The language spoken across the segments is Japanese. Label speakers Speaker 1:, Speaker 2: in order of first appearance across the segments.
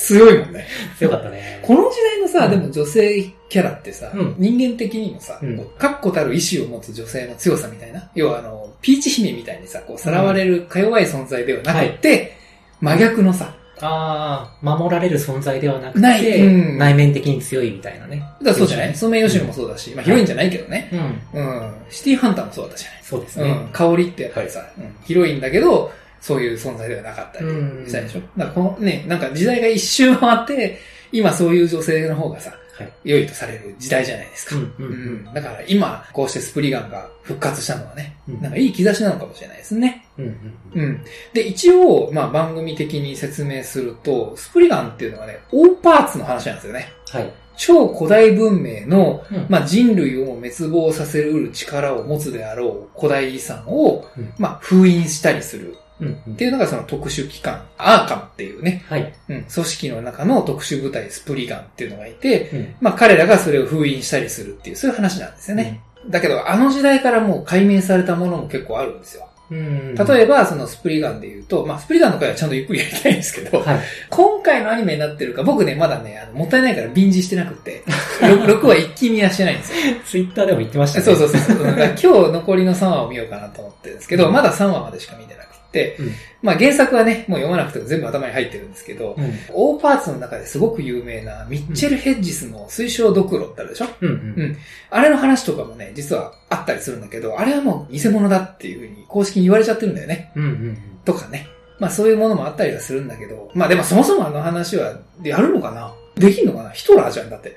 Speaker 1: 強いもんね。
Speaker 2: 強かったね。
Speaker 1: この時代のさ、
Speaker 2: うん
Speaker 1: でも女性キャラってさ、
Speaker 2: うん
Speaker 1: 人間的にもさ、
Speaker 2: うん
Speaker 1: こう確固たる意志を持つ女性の強さみたいな、要はあの、ピーチ姫みたいにさ、こう、さらわれるか弱い存在ではなくて、真逆のさ、
Speaker 2: ああ、守られる存在ではなく
Speaker 1: ない
Speaker 2: て、
Speaker 1: うん
Speaker 2: 内面的に強いみたいなね。
Speaker 1: だからそうじゃないソメイヨシノもそうだし、まあヒロインじゃないけどね。
Speaker 2: うん。
Speaker 1: うん。シティハンターもそうだったじゃない
Speaker 2: そうです
Speaker 1: うん
Speaker 2: ね。、
Speaker 1: 香りってやっぱりさ、うんヒロインだけど、そういう存在ではなかったり
Speaker 2: うん
Speaker 1: したでしょ、だからこのね、なんか時代が一周回って、今そういう女性の方がさ、
Speaker 2: はい
Speaker 1: 良いとされる時代じゃないです
Speaker 2: う
Speaker 1: か。
Speaker 2: ん
Speaker 1: う
Speaker 2: う
Speaker 1: ん
Speaker 2: ん
Speaker 1: だから今、こうしてスプリガンが復活したのはね、
Speaker 2: うん。
Speaker 1: なんかいい兆しなのかもしれないですね。
Speaker 2: うんうんうん。
Speaker 1: うん。で、一応、まあ番組的に説明すると、スプリガンっていうのはね、オーパーツの話なんですよね。
Speaker 2: はい。
Speaker 1: 超古代文明の
Speaker 2: うん
Speaker 1: まあ、人類を滅亡させる力を持つであろう古代遺産を、
Speaker 2: うん
Speaker 1: まあ、封印したりする
Speaker 2: うんうん
Speaker 1: っていうのがその特殊機関、アーカムっていうね、
Speaker 2: はい。
Speaker 1: うん、組織の中の特殊部隊スプリガンっていうのがいて、
Speaker 2: うん
Speaker 1: まあ、彼らがそれを封印したりするっていう、そういう話なんですよね。だけど、あの時代からもう解明されたものも結構あるんですよ。
Speaker 2: うん。
Speaker 1: 例えば、そのスプリガンで言うと、まあ、スプリガンの回はちゃんとゆっくりやりたいんですけ ど、
Speaker 2: はい。
Speaker 1: 今回のアニメになってるか、僕ね、まだね、あのもったいないから便字してなくて、6は一気見はしてないんですよ
Speaker 2: ツイッターでも言ってましたね。
Speaker 1: そうそうそうそう。だから今日残りの3話を見ようかなと思ってるんですけど、
Speaker 2: うん
Speaker 1: まだ3話までしか見てなくて、
Speaker 2: うん
Speaker 1: まあ原作はね、もう読まなくても全部頭に入ってるんですけど、
Speaker 2: うん。
Speaker 1: オーパーツの中ですごく有名なミッチェル・ヘッジスの水晶ドクロってあるでしょ、
Speaker 2: うん
Speaker 1: うんあれの話とかもね、実はあったりするんだけど、あれはもう偽物だっていうふうに公式に言われちゃってるんだよね。
Speaker 2: うん。うんうん
Speaker 1: とかね。まあそういうものもあったりはするんだけど、まあでもそもそもあの話はやるのかなできんのかなヒトラーじゃん、だ って。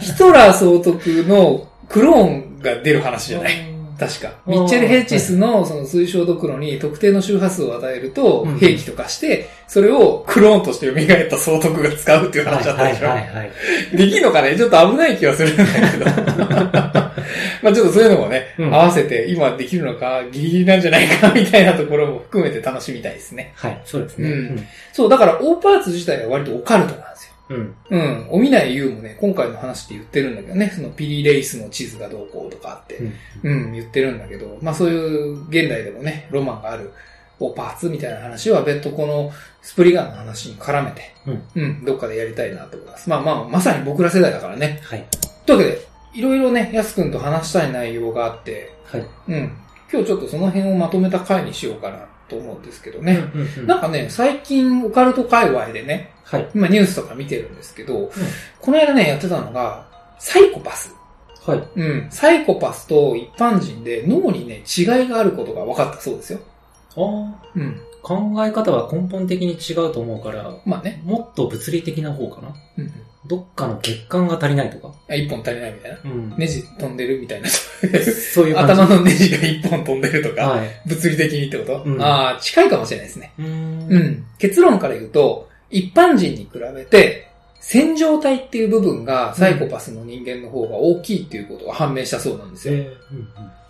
Speaker 1: ヒトラー総督のクローンが出る話じゃない。確か。
Speaker 2: あー
Speaker 1: ミッチェル・ヘッジスのその推奨ドクロに特定の周波数を与えると
Speaker 2: うん
Speaker 1: 兵器とかして、それをクローンとして蘇った総督が使うっていう
Speaker 2: は
Speaker 1: 話
Speaker 2: い
Speaker 1: だった
Speaker 2: は
Speaker 1: で
Speaker 2: い
Speaker 1: しょ。
Speaker 2: はいはい。
Speaker 1: できんのかねちょっと危ない気はするんだけど。 まあちょっとそういうのもね、
Speaker 2: うん
Speaker 1: 合わせて今できるのかギリギリなんじゃないか みたいなところも含めて楽しみたいですね。
Speaker 2: はい、そうですね。
Speaker 1: うんそう、だからオーパーツ自体は割とオカルトなんですよ。
Speaker 2: うん。うん。
Speaker 1: うん。お見ない優もね、今回の話って言ってるんだけどね、そのピリレイスの地図がどうこうとかあって、うん、言ってるんだけど、まあそういう現代でもね、ロマンがあるオーパーツみたいな話は別途このスプリガンの話に絡めて、うん、どっかでやりたいなと思います。まあまあ、まさに僕ら世代だからね。
Speaker 2: はい。
Speaker 1: というわけで、いろいろね、やすくんと話したい内容があって、
Speaker 2: はい。
Speaker 1: うん、今日ちょっとその辺をまとめた回にしようかなと思うんですけどね。
Speaker 2: うんうん
Speaker 1: なんかね、最近オカルト界隈でね、
Speaker 2: はい。
Speaker 1: 今ニュースとか見てるんですけど、この間ね、やってたのが、サイコパス。
Speaker 2: はい。
Speaker 1: うん。サイコパスと一般人で脳にね、違いがあることが分かったそうですよ。
Speaker 2: ああ、
Speaker 1: うん。
Speaker 2: 考え方は根本的に違うと思うから、
Speaker 1: まあね。
Speaker 2: もっと物理的な方かな。
Speaker 1: うん。
Speaker 2: どっかの血管が足りないとか。
Speaker 1: あ一本足りないみたいな。
Speaker 2: うん
Speaker 1: ネジ飛んでるみたいな。そういう
Speaker 2: そういう感じ。
Speaker 1: 頭のネジが一本飛んでるとか、
Speaker 2: はい。
Speaker 1: 物理的にってこと、
Speaker 2: うん
Speaker 1: ああ、近いかもしれないですね。
Speaker 2: うーん
Speaker 1: うん。結論から言うと、一般人に比べて、戦場体っていう部分がサイコパスの人間の方が大きいっていうことが判明したそうなんですよ。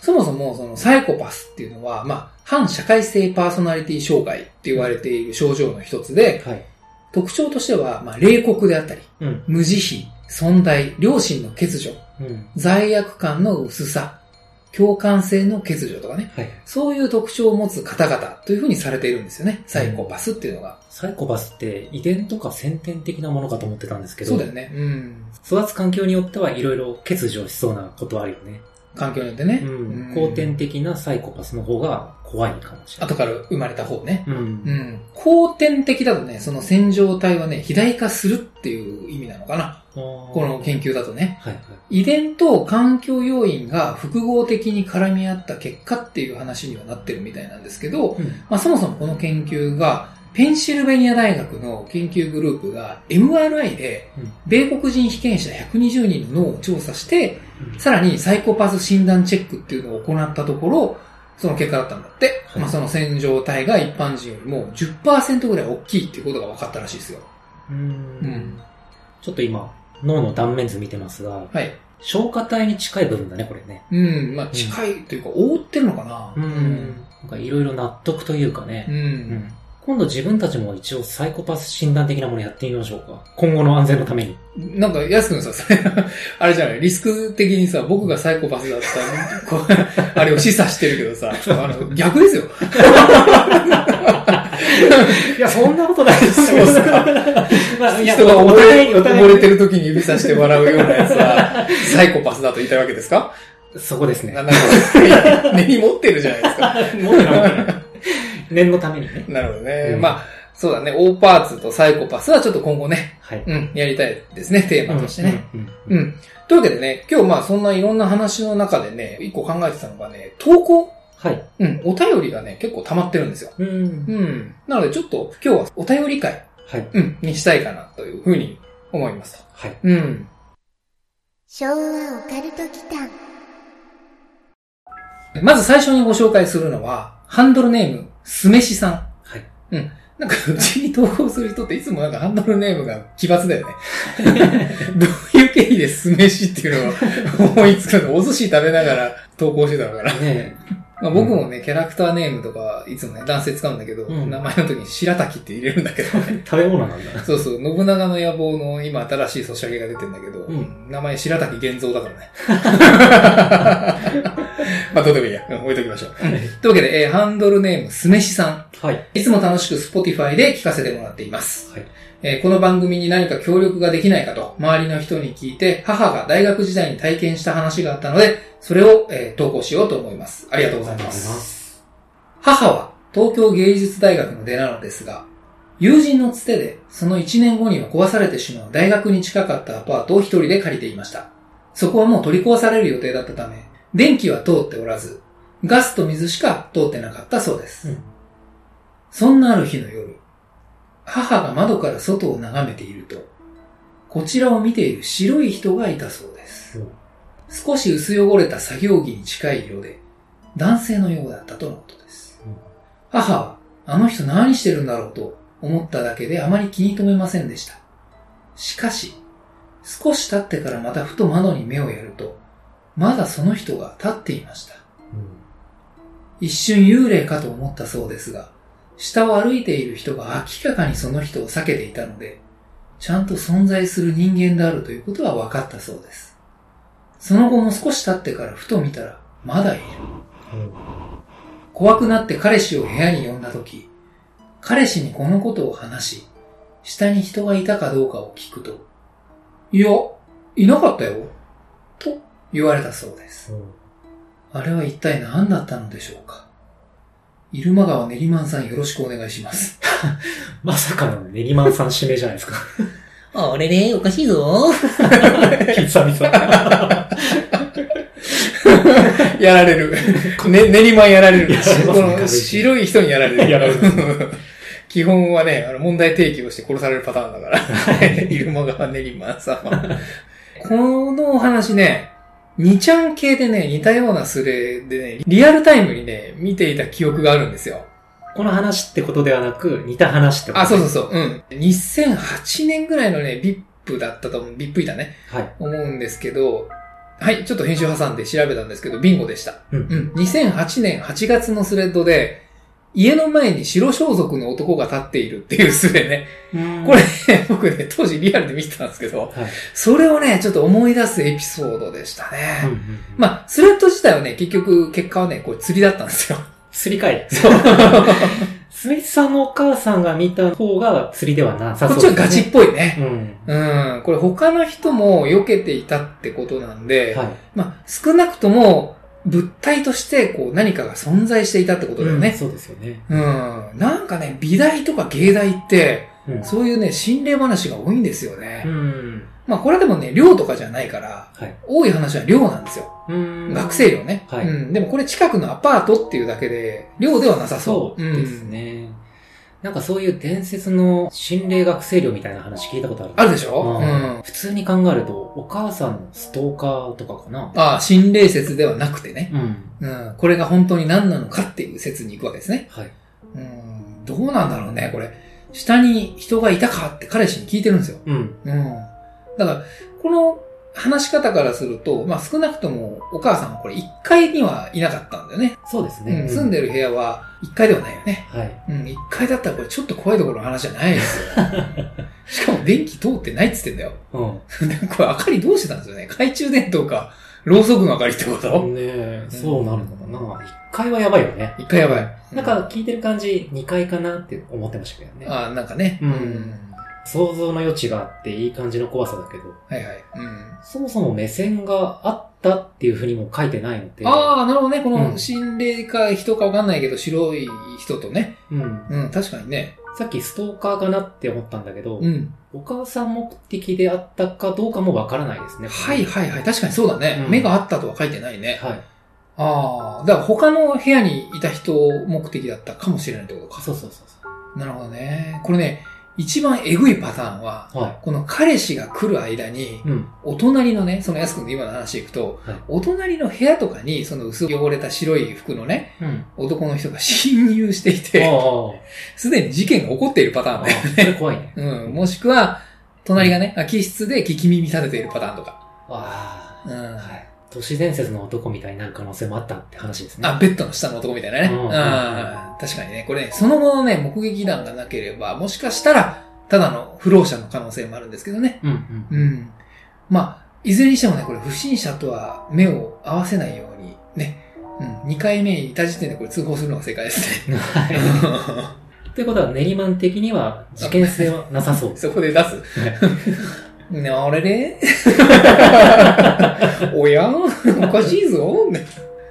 Speaker 1: そもそもそのサイコパスっていうのは、まあ、反社会性パーソナリティ障害って言われている症状の一つで、
Speaker 2: はい。
Speaker 1: 特徴としては、まあ、冷酷であったり、
Speaker 2: うん。
Speaker 1: 無慈悲、存在、良心の欠如、
Speaker 2: うん。
Speaker 1: 罪悪感の薄さ、共感性の欠如とかね、
Speaker 2: はい。
Speaker 1: そういう特徴を持つ方々というふうにされているんですよね。サイコパスっていうのが。
Speaker 2: サイコパスって遺伝とか先天的なものかと思ってたんですけど、
Speaker 1: そうだよね。うん。
Speaker 2: 育つ環境によってはいろいろ欠如しそうなことはあるよね。
Speaker 1: 環境によってね。
Speaker 2: うん。
Speaker 1: 後
Speaker 2: 後天的なサイコパスの方が怖いかもしれない。
Speaker 1: 後から生まれた方ね。
Speaker 2: うん。
Speaker 1: うん。後天的だとね、その戦場体はね、肥大化するっていう意味なのかな。こ
Speaker 2: こ
Speaker 1: の研究だとね。
Speaker 2: はいはい。
Speaker 1: 遺伝と環境要因が複合的に絡み合った結果っていう話にはなってるみたいなんですけど、
Speaker 2: うん。
Speaker 1: まあ、そもそもこの研究が、ペンシルベニア大学の研究グループが MRI で
Speaker 2: うん、
Speaker 1: 米国人被験者120人の脳を調査して、さらにサイコパス診断チェックっていうのを行ったところ、その結果だったんだって、
Speaker 2: はい
Speaker 1: まあ、その洗浄体が一般人よりも10%ぐらい大きいっていうことが分かったらしいですよ。
Speaker 2: う
Speaker 1: うんん。
Speaker 2: ちょっと今、脳の断面図見てますが、
Speaker 1: はい。
Speaker 2: 消化体に近い部分だね、これね。
Speaker 1: うん、まあ、近いというか、覆ってるのかな。
Speaker 2: なんかいろいろ納得というか
Speaker 1: う
Speaker 2: ね。
Speaker 1: ん。
Speaker 2: 今度自分たちも一応サイコパス診断的なものやってみましょうか。今後の安全のために。
Speaker 1: なんか、安くんさ、 それあれじゃない、リスク的にさ、僕がサイコパスだった、 こうあれを示唆してるけどさ、あの逆ですよ。
Speaker 2: いや、そんなことないです
Speaker 1: よ
Speaker 2: そうですか。 ま あ、いや、
Speaker 1: 人が
Speaker 2: お
Speaker 1: 溺
Speaker 2: 互
Speaker 1: れ
Speaker 2: いに、お互い
Speaker 1: 溺
Speaker 2: に
Speaker 1: れてる時に指さして笑うようなやつ は、サイコパスだと言いたいわけですか
Speaker 2: そこですね
Speaker 1: な。なんか、根に持ってるじゃないですか。
Speaker 2: もうなんか念のためにね。
Speaker 1: なるほどね。
Speaker 2: うん
Speaker 1: まあ、そうだね、オーパーツとサイコパスはちょっと今後ね、
Speaker 2: はい。
Speaker 1: うん、やりたいですね、テーマとしてね。
Speaker 2: うん。
Speaker 1: う
Speaker 2: うん。
Speaker 1: ん。というわけでね、今日まあそんないろんな話の中でね、一個考えてたのがね、投稿
Speaker 2: はい。
Speaker 1: うん、お便りがね、結構溜まってるんですよ。
Speaker 2: うん。
Speaker 1: うん。なのでちょっと今日はお便り会、
Speaker 2: はい。
Speaker 1: うん、にしたいかなというふうに思いますと。
Speaker 2: はい。
Speaker 1: うん。
Speaker 3: 昭和オカルト祈間
Speaker 1: まず最初にご紹介するのは、ハンドルネーム、すめしさん。
Speaker 2: はい。
Speaker 1: うん。なんか、うちに投稿する人っていつもなんかハンドルネームが奇抜だよ ね。どういう経緯で酢飯っていうのを思いつくのお寿司食べながら投稿してたのかな。
Speaker 2: ね
Speaker 1: まあ、僕もね、キャラクターネームとか、いつもね、男性使うんだけど、
Speaker 2: うん
Speaker 1: 名前の時に白滝って入れるんだけ どね。
Speaker 2: え食べ物なんだ。
Speaker 1: そうそう、信長の野望の今新しいソシャゲが出てんだけど、
Speaker 2: うん
Speaker 1: 名前白滝玄三だ からね。まあどうでもいいや。うん置いときましょう。というわけで、えーハンドルネーム、すめしさ
Speaker 2: はい。
Speaker 1: ん。いつも楽しく Spotify で聞かせてもらっています。
Speaker 2: はい
Speaker 1: えーこの番組に何か協力ができないかと、周りの人に聞いて、母が大学時代に体験した話があったので、それを、えー投稿しようと思います。ありがとうございます。母は東京芸術大学の出なのですが、友人のつてでその1年後には壊されてしまう大学に近かったアパートを一人で借りていました。そこはもう取り壊される予定だったため、電気は通っておらず、ガスと水しか通ってなかったそうです。
Speaker 2: うん
Speaker 1: そんなある日の夜、母が窓から外を眺めていると、こちらを見ている白い人がいたそうです。
Speaker 2: うん
Speaker 1: 少し薄汚れた作業着に近い色で、男性のようだったとのことです。
Speaker 2: うん
Speaker 1: 母は、あの人何してるんだろうと思っただけであまり気に留めませんでした。しかし、少し経ってからまたふと窓に目をやると、まだその人が立っていました。
Speaker 2: うん
Speaker 1: 一瞬幽霊かと思ったそうですが、下を歩いている人が明らかにその人を避けていたので、ちゃんと存在する人間であるということは分かったそうです。その後も少し経ってからふと見たら、まだいる。怖くなって彼氏を部屋に呼んだ時、彼氏にこのことを話し、下に人がいたかどうかを聞くと、いや、いなかったよ、と言われたそうです。あれは一体何だったのでしょうか入間川練馬さんよろしくお願いします。
Speaker 2: まさかの練馬さん指名じゃないですか。
Speaker 1: あれね、おかしいぞ。
Speaker 2: 久々。
Speaker 1: やられる。ね、練馬やられる。
Speaker 2: やられますね
Speaker 1: この
Speaker 2: 確実に
Speaker 1: 白い人にやられる。
Speaker 2: やられま
Speaker 1: 基本はね、あの問題提起をして殺されるパターンだから。入間川練馬さんは。このお話ね、2ちゃん系でね、似たようなスレでね、リアルタイムにね、見ていた記憶があるんですよ。
Speaker 2: この話ってことではなく、似た話ってこと
Speaker 1: あ、そうそう
Speaker 2: う。
Speaker 1: そう。うん。2008年ぐらいのね、VIP だったと思う、VIP いたね、
Speaker 2: はい。
Speaker 1: 思うんですけど、はい、ちょっと編集挟んで調べたんですけど、ビンゴでした。
Speaker 2: うん。
Speaker 1: うん。2008年8月のスレッドで、家の前に白装束の男が立っているっていうスレね。
Speaker 2: うん
Speaker 1: これ、ね、僕ね、当時リアルで見てたんですけど、
Speaker 2: はい。
Speaker 1: それをね、ちょっと思い出すエピソードでした
Speaker 2: うん
Speaker 1: ね。
Speaker 2: うんうん
Speaker 1: まあ、スレッド自体はね、結局、結果はね、これ釣りだったんです よ。
Speaker 2: 釣りかい。
Speaker 1: そう。
Speaker 2: スミスさんのお母さんが見た方が釣りではなさ
Speaker 1: こ
Speaker 2: そ
Speaker 1: っ
Speaker 2: う
Speaker 1: ち
Speaker 2: で
Speaker 1: は
Speaker 2: すね。
Speaker 1: ガチっぽいね。
Speaker 2: うん。
Speaker 1: うん。これ他の人も避けていたってことなんで、
Speaker 2: はい。
Speaker 1: まあ、少なくとも物体としてこう何かが存在していたってことだよ
Speaker 2: うん
Speaker 1: ね。
Speaker 2: そうですよね。
Speaker 1: うん。なんかね、美大とか芸大って、
Speaker 2: うん。
Speaker 1: そういうね、心霊話が多いんですよね。
Speaker 2: うん。
Speaker 1: まあ、これでもね、寮とかじゃないから、
Speaker 2: はい。
Speaker 1: 多い話は寮なんですよ。
Speaker 2: うん
Speaker 1: 学生寮ね。
Speaker 2: はい
Speaker 1: うん。でもこれ近くのアパートっていうだけで、寮ではなさそ。
Speaker 2: そううですね。なんかそういう伝説の心霊学生寮みたいな話聞いたことある
Speaker 1: うん。あるでしょう
Speaker 2: うん
Speaker 1: ん。
Speaker 2: 普通に考えると、お母さんのストーカーとかかな。
Speaker 1: ああ、心霊説ではなくてね。
Speaker 2: うん。
Speaker 1: うん。これが本当に何なのかっていう説に行くわけですね。
Speaker 2: はい。
Speaker 1: うん。どうなんだろうね、これ。下に人がいたかって彼氏に聞いてるんですよ。
Speaker 2: うん。
Speaker 1: うん。だから、この話し方からすると、まあ少なくともお母さんはこれ1階にはいなかったんだよね。
Speaker 2: そうです
Speaker 1: う
Speaker 2: ね。
Speaker 1: ん。住んでる部屋は1階ではないよね。
Speaker 2: はい。
Speaker 1: うん。1階だったらこれちょっと怖いところの話じゃないです よ。しかも電気通ってないって言ってんだよ。
Speaker 2: うん。
Speaker 1: なんかこれ明かりどうしてたんですよね。懐中電灯か、ろうそくの明かりってこと、
Speaker 2: ねえそうなるのかな。一階はやばいよね。
Speaker 1: 一 ?1 階やばい。
Speaker 2: なんか聞いてる感じ、二階かなって思ってましたけどね。
Speaker 1: あーなんかね。
Speaker 2: うん想像の余地があっていい感じの怖さだけど、
Speaker 1: はいはい。うん。
Speaker 2: そもそも目線があったっていうふうにも書いてないので、
Speaker 1: ああ、なるほどね。こ
Speaker 2: う
Speaker 1: の
Speaker 2: ん
Speaker 1: 心霊か人かわかんないけど、白い人とね。
Speaker 2: うん、
Speaker 1: うん、確かにね。
Speaker 2: さっきストーカーかなって思ったんだけど、
Speaker 1: うん。
Speaker 2: お母さん目的であったかどうかもわからないですね。
Speaker 1: はいはいはい。確かにそうだね。
Speaker 2: うん
Speaker 1: 目があったとは書いてないね。
Speaker 2: はい。
Speaker 1: ああ、だから他の部屋にいた人目的だったかもしれないってことか。
Speaker 2: そうそうそうそ
Speaker 1: なるほどね。これね、一番えぐいパターンは、
Speaker 2: う。は
Speaker 1: この彼氏が来る間に、
Speaker 2: い。うん。
Speaker 1: お隣のね、その安くんの今の話いくと、
Speaker 2: はい
Speaker 1: お隣の部屋とかに、その薄汚れた白い服のね、
Speaker 2: うん。
Speaker 1: 男の人が侵入してい
Speaker 2: あ
Speaker 1: て、
Speaker 2: あ
Speaker 1: すでに事件が起こっているパタ
Speaker 2: あ
Speaker 1: ー
Speaker 2: あ、
Speaker 1: ン
Speaker 2: ああ
Speaker 1: ね。
Speaker 2: それ怖いね。
Speaker 1: うん、もしくは、隣がね、空き室で聞き耳立てているパターンとか。
Speaker 2: あ
Speaker 1: うん。
Speaker 2: あ、はい。都市伝説の男みたいになる可能性もあったって話ですね。
Speaker 1: あ、ベッドの下の男みたいなね。
Speaker 2: うん
Speaker 1: うん。確かにね、これね、その後のね、目撃談がなければ、もしかしたら、ただの不老者の可能性もあるんですけどね。
Speaker 2: うんうん。
Speaker 1: うん。まあ、いずれにしてもね、これ不審者とは目を合わせないように、ね。うん。2回目にいた時点でこれ通報するのが正解 ですね。
Speaker 2: はい。ということは、練馬的には事件性はなさそう。
Speaker 1: そこで出す。ね、あれ れおやんおかしいぞ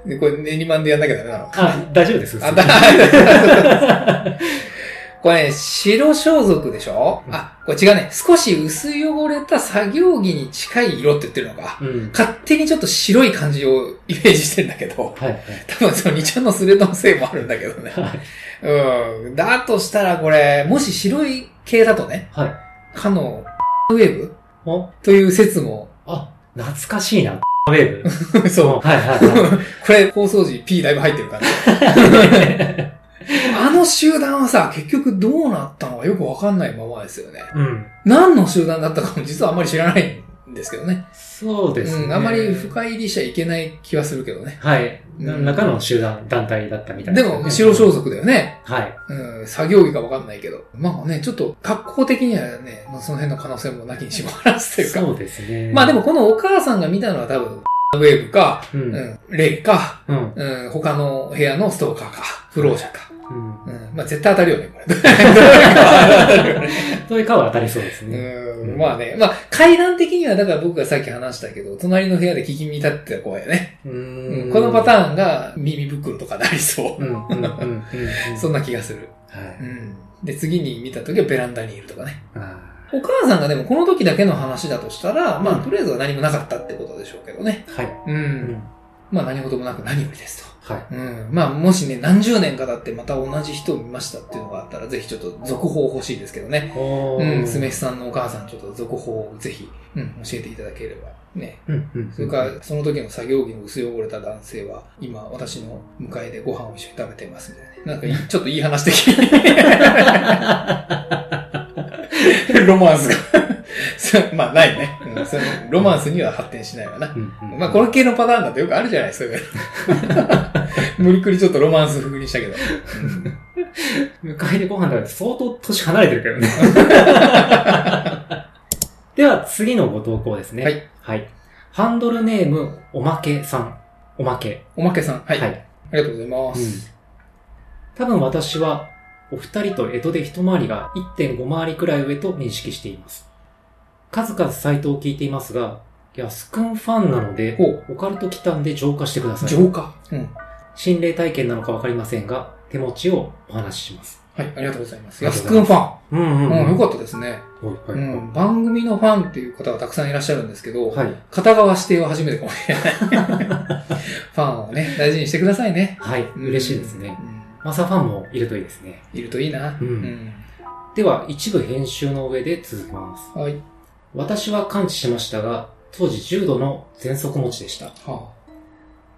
Speaker 1: ねこれ、練馬でやんなきゃダメなの
Speaker 2: あ、大丈夫です。
Speaker 1: あ、だ、 これね、白装束でしょあ、これ違うね。少し薄汚れた作業着に近い色って言ってるのか。
Speaker 2: うん。
Speaker 1: 勝手にちょっと白い感じをイメージしてんだけど。
Speaker 2: はい、はい。
Speaker 1: 多分その2ちゃんのスレッドのせいもあるんだけどね。うん。だとしたらこれ、もし白い系だとね、
Speaker 2: はい。
Speaker 1: かの、ウェーブ
Speaker 2: お、
Speaker 1: という説も、
Speaker 2: あ、懐かしいな、 ウェー ブ。
Speaker 1: そう。
Speaker 2: はいはいは
Speaker 1: これ、放送時 P だいぶ入ってる感じ。 あの集団はさ、結局どうなったのかよくわかんないままですよね。
Speaker 2: い。うん。
Speaker 1: 何の集団だったかも実はあんまり知らないんですけどね。
Speaker 2: そうですね。
Speaker 1: うん、あんまり深入りしちゃいけない気はするけどね。
Speaker 2: はい。
Speaker 1: うん
Speaker 2: 何らかの集団、団体だったみたい
Speaker 1: で
Speaker 2: な、
Speaker 1: も、白装束だよね。
Speaker 2: はい。
Speaker 1: うん、作業着かわかんないけど。まあね、ちょっと格好的にはね、まあその辺の可能性もなきにしもあらずというか。
Speaker 2: そうですね。
Speaker 1: まあでもこのお母さんが見たのは多分、ウェーブか、
Speaker 2: うん、う。
Speaker 1: うんん、霊か、
Speaker 2: うん。
Speaker 1: うん、他の部屋のストーカーか、不老者か。
Speaker 2: うん。
Speaker 1: うん、まあ絶対当たるよね、これ。
Speaker 2: というかは当たりそうですね。
Speaker 1: うん、まあね。まあ階段的には、だから僕がさっき話したけど、隣の部屋で聞き見立ってたら怖いよね。
Speaker 2: う
Speaker 1: うんん、このパターンが耳袋とかなりそ
Speaker 2: ーン。うん、うん、うん。うん
Speaker 1: う。 そんな気がする。
Speaker 2: はい。
Speaker 1: うん。で、次に見た時はベランダにいるとかね。
Speaker 2: あ
Speaker 1: お母さんがでもこの時だけの話だとしたら、ま
Speaker 2: う
Speaker 1: あ
Speaker 2: ん
Speaker 1: とりあえずは何もなかったってことでしょうけどね。
Speaker 2: ーはい。
Speaker 1: う。
Speaker 2: うんん。
Speaker 1: まあ何事もなく何よりですと。
Speaker 2: はい。
Speaker 1: うん。まあ、もしね、何十年か経ってまた同じ人を見ましたっていうのがあったら、ぜひちょっと続報欲しいですけどね。
Speaker 2: お
Speaker 1: う
Speaker 2: ー
Speaker 1: ん。スメスさんのお母さん、ちょっと続報をぜひ、うん、教えていただければ。ね。
Speaker 2: うんうん。
Speaker 1: それから、その時の作業着の薄汚れた男性は、今、私の迎えでご飯を一緒に食べてますみたいなね。なん かいい、ちょっといい話的。ロマンスが。 そうまあ、ないね、うんその。ロマンスには発展しないわな。
Speaker 2: うんうん、
Speaker 1: まあ、この系のパターンだってよくあるじゃないですか。 無理くりちょっとロマンス風にしたけど。うん
Speaker 2: 向かいでご飯食べて相当年離れてる けどね。では次のご投稿ですね。
Speaker 1: はい。
Speaker 2: はい。ハンドルネーム、おまけさん。おまけ。
Speaker 1: おまけさん。はい。
Speaker 2: はい。
Speaker 1: ありがとうございます。
Speaker 2: 多分私は、お二人と江戸で一回りが1.5回りくらい上と認識しています。数々サイトを聞いていますが、安くんファンなので、
Speaker 1: ほう。
Speaker 2: オカルト忌憚で浄化してください。
Speaker 1: 浄化。うん。
Speaker 2: 心霊体験なのかわかりませんが、手持ちをお話しします。
Speaker 1: はい、ありがとうございます。
Speaker 2: あ
Speaker 1: や
Speaker 2: りがと
Speaker 1: す
Speaker 2: う
Speaker 1: くん
Speaker 2: ご
Speaker 1: ファ
Speaker 2: うんうん、
Speaker 1: ン。うん、よかったですね。
Speaker 2: った。
Speaker 1: う
Speaker 2: はいはい、
Speaker 1: ん、番組のファンっていう方がたくさんいらっしゃるんですけど、
Speaker 2: はい。
Speaker 1: 片側指定は初めてかもしれない。ファンを ね、大事にしてくださいね。
Speaker 2: はい。
Speaker 1: うん
Speaker 2: 嬉しいですね。
Speaker 1: う
Speaker 2: マサファンもいるといいですね。
Speaker 1: んいるといいな。
Speaker 2: うんでは、一部編集の上で続けます。
Speaker 1: うんはい。
Speaker 2: 私は感知しましたが、当時重度の喘息持ちでした。
Speaker 1: はあ、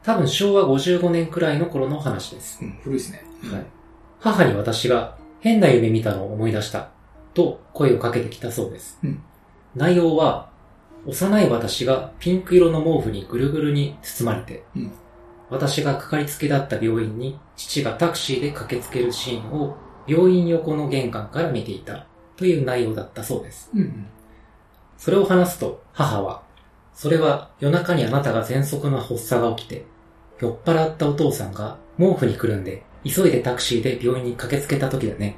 Speaker 2: 多分昭和55年くらいの頃の話です。
Speaker 1: うん、古いですね。
Speaker 2: はい。母に私が変な夢見たのを思い出したと声をかけてきたそうです。
Speaker 1: うん
Speaker 2: 内容は、幼い私がピンク色の毛布にぐるぐるに包まれて、
Speaker 1: うん
Speaker 2: 私がかかりつけだった病院に父がタクシーで駆けつけるシーンを病院横の玄関から見ていたという内容だったそうです。
Speaker 1: うんうん。
Speaker 2: それを話すと、母は、それは夜中にあなたが喘息の発作が起きて、酔っ払ったお父さんが毛布にくるんで、急いでタクシーで病院に駆けつけた時だね。